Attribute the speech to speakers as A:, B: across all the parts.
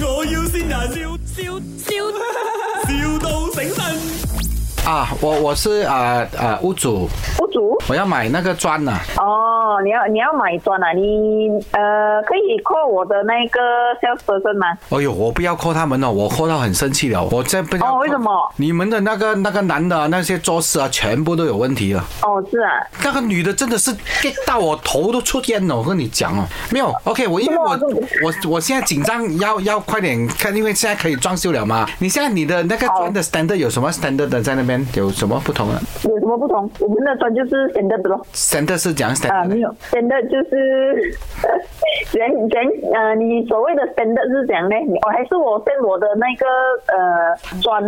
A: 要先人，笑笑笑，,笑到醒神。
B: 啊，我我是啊啊屋主，
C: 屋主
B: 我要买那个砖啊呐、
C: 哦，你要你要买砖啊？你呃可以扣我的那个 salesperson 吗？
B: 哎呦，我不要扣他们了，我扣到很生气了，我再不要扣。
C: 哦为什么
B: 你们的那个那个男的啊那些做事啊，全部都有问题了。
C: 哦，是啊，
B: 那个女的真的是 get 到我头都出烟了，我跟你讲哦，没有，OK，我因为我
C: 什么
B: 我我现在紧张，要要快点看，因为现在可以装修了嘛。你现在你的那个
C: 好
B: 砖的 standard 有什么 standard 的在那边有什么不同啊
C: 有什么不同？我们的砖就是简单的咯，
B: ？standard 是讲
C: 啊、
B: standard
C: 没
B: 的
C: 有，简单就是 人人呃，你所谓的 standard 是怎样呢？你哦，还是我 send 我的那个呃砖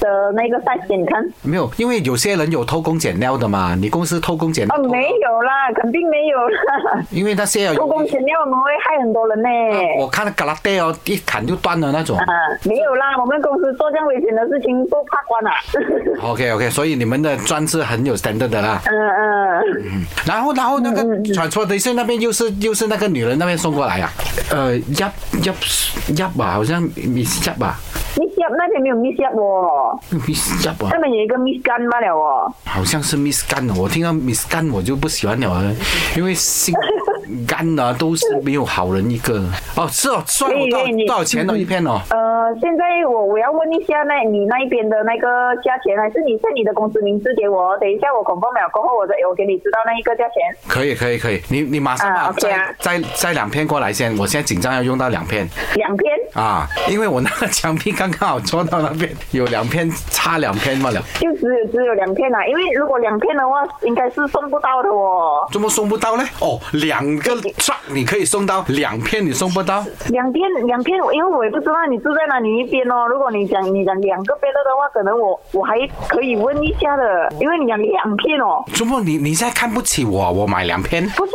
C: 的那个 size 给你看？
B: 没有，因为有些人有偷工减料的嘛，你公司偷工减料
C: 哦，
B: 偷，
C: 没有啦，肯定没有啦。
B: 因为那些啊
C: 偷工
B: 有，
C: 减料，我们会害很多人呢。
B: 啊我看到嘎啦带哦，一砍就断了那种。
C: 啊，没有啦，我们公司做这样危险的事情不怕关啊。
B: OK OK，所以你们的砖是很有 standard 的啦。
C: 嗯嗯，
B: 然后，然后那个传说的是那边又是又是那个女人那边送过来呀、呃，Yup Yup Yup 吧，好像 Miss Yup 吧
C: 密切那边没有密切哦，
B: ，Miss Yup 吧
C: 那，边有一个密干罢了哦。
B: 好像是 Miss 干的。我听到 Miss 干我就不喜欢了，啊因为姓干的都是没有好人一个。哦，是哦，算我多
C: 可以可以你
B: 少多少钱哦一片哦？
C: 呃，现在我我要问一下那你那边的那个价钱，还是你在你的公司名字给我？等一下我 confirm 了过后，我再我给你知道那一个价钱。
B: 可以可以可以，你你马上把、
C: 啊，OK 啊
B: 再再再两片过来先，我现在紧张要用到两片。
C: 两篇
B: 啊，因为我那个墙壁刚刚好戳到那边，有两片差两片罢了，
C: 就只有只有两片啦，因为如果两片的话，应该是送不到的哦。
B: 怎么送不到呢？哦，两个 truck 你可以送到，两片你送不到。
C: 两片两片，因为我也不知道你住在哪里一边哦。如果你讲你讲两个贝勒的话，可能我我还可以问一下的，因为你讲两片哦。
B: 怎么你你现在看不起我？啊我买两片，
C: 不是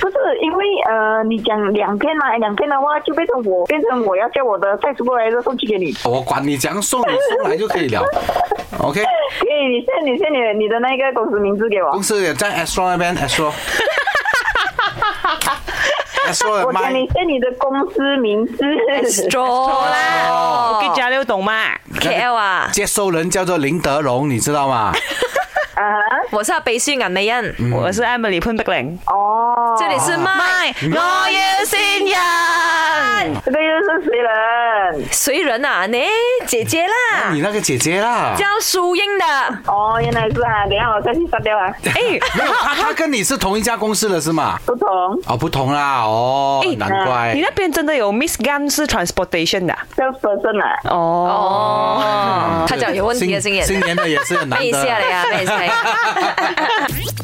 C: 不是，因为呃，你讲两片嘛，两片的话就变成我变成我要叫我的再出过来的送去给你。
B: 我管你怎样送，你送来就可以了。OK，
C: 可以，你先你先你你的那个公司名字给我。
B: 公司也在 Astro 那边，Astro。Astro 的
C: 我讲
B: 麦
C: 你先你的公司名字。
B: 哎
D: 错啦，Oh
E: 跟家你懂嘛？
D: KL 啊，
B: 接收人叫做林德荣，你知道吗？
C: 啊，
D: 我是秘書銀美欣，
E: 我是 Emily 潘碧玲，
C: 哦，
D: 這裡是麥，我要先人，
C: 这个又是谁人？
D: 谁人啊？你姐姐啦
B: 你，那个姐姐啦，
D: 叫淑英的，
C: 哦，原来是啊，等一下我再去删掉啊，
D: 哎，
B: 没有她她跟你是同一家公司的是吗？
C: 不同
B: 哦，不同啦，哦，难怪
E: 哎你。那边真的有 Miss Gun 是 transportation 的啊
C: self person 啊。
E: 哦。
D: 哦，他讲有問題嘅
B: 新
D: 經驗，
B: 新年的也是很难
D: 咩意
B: 得
D: 啊思啊你啊？咩意思？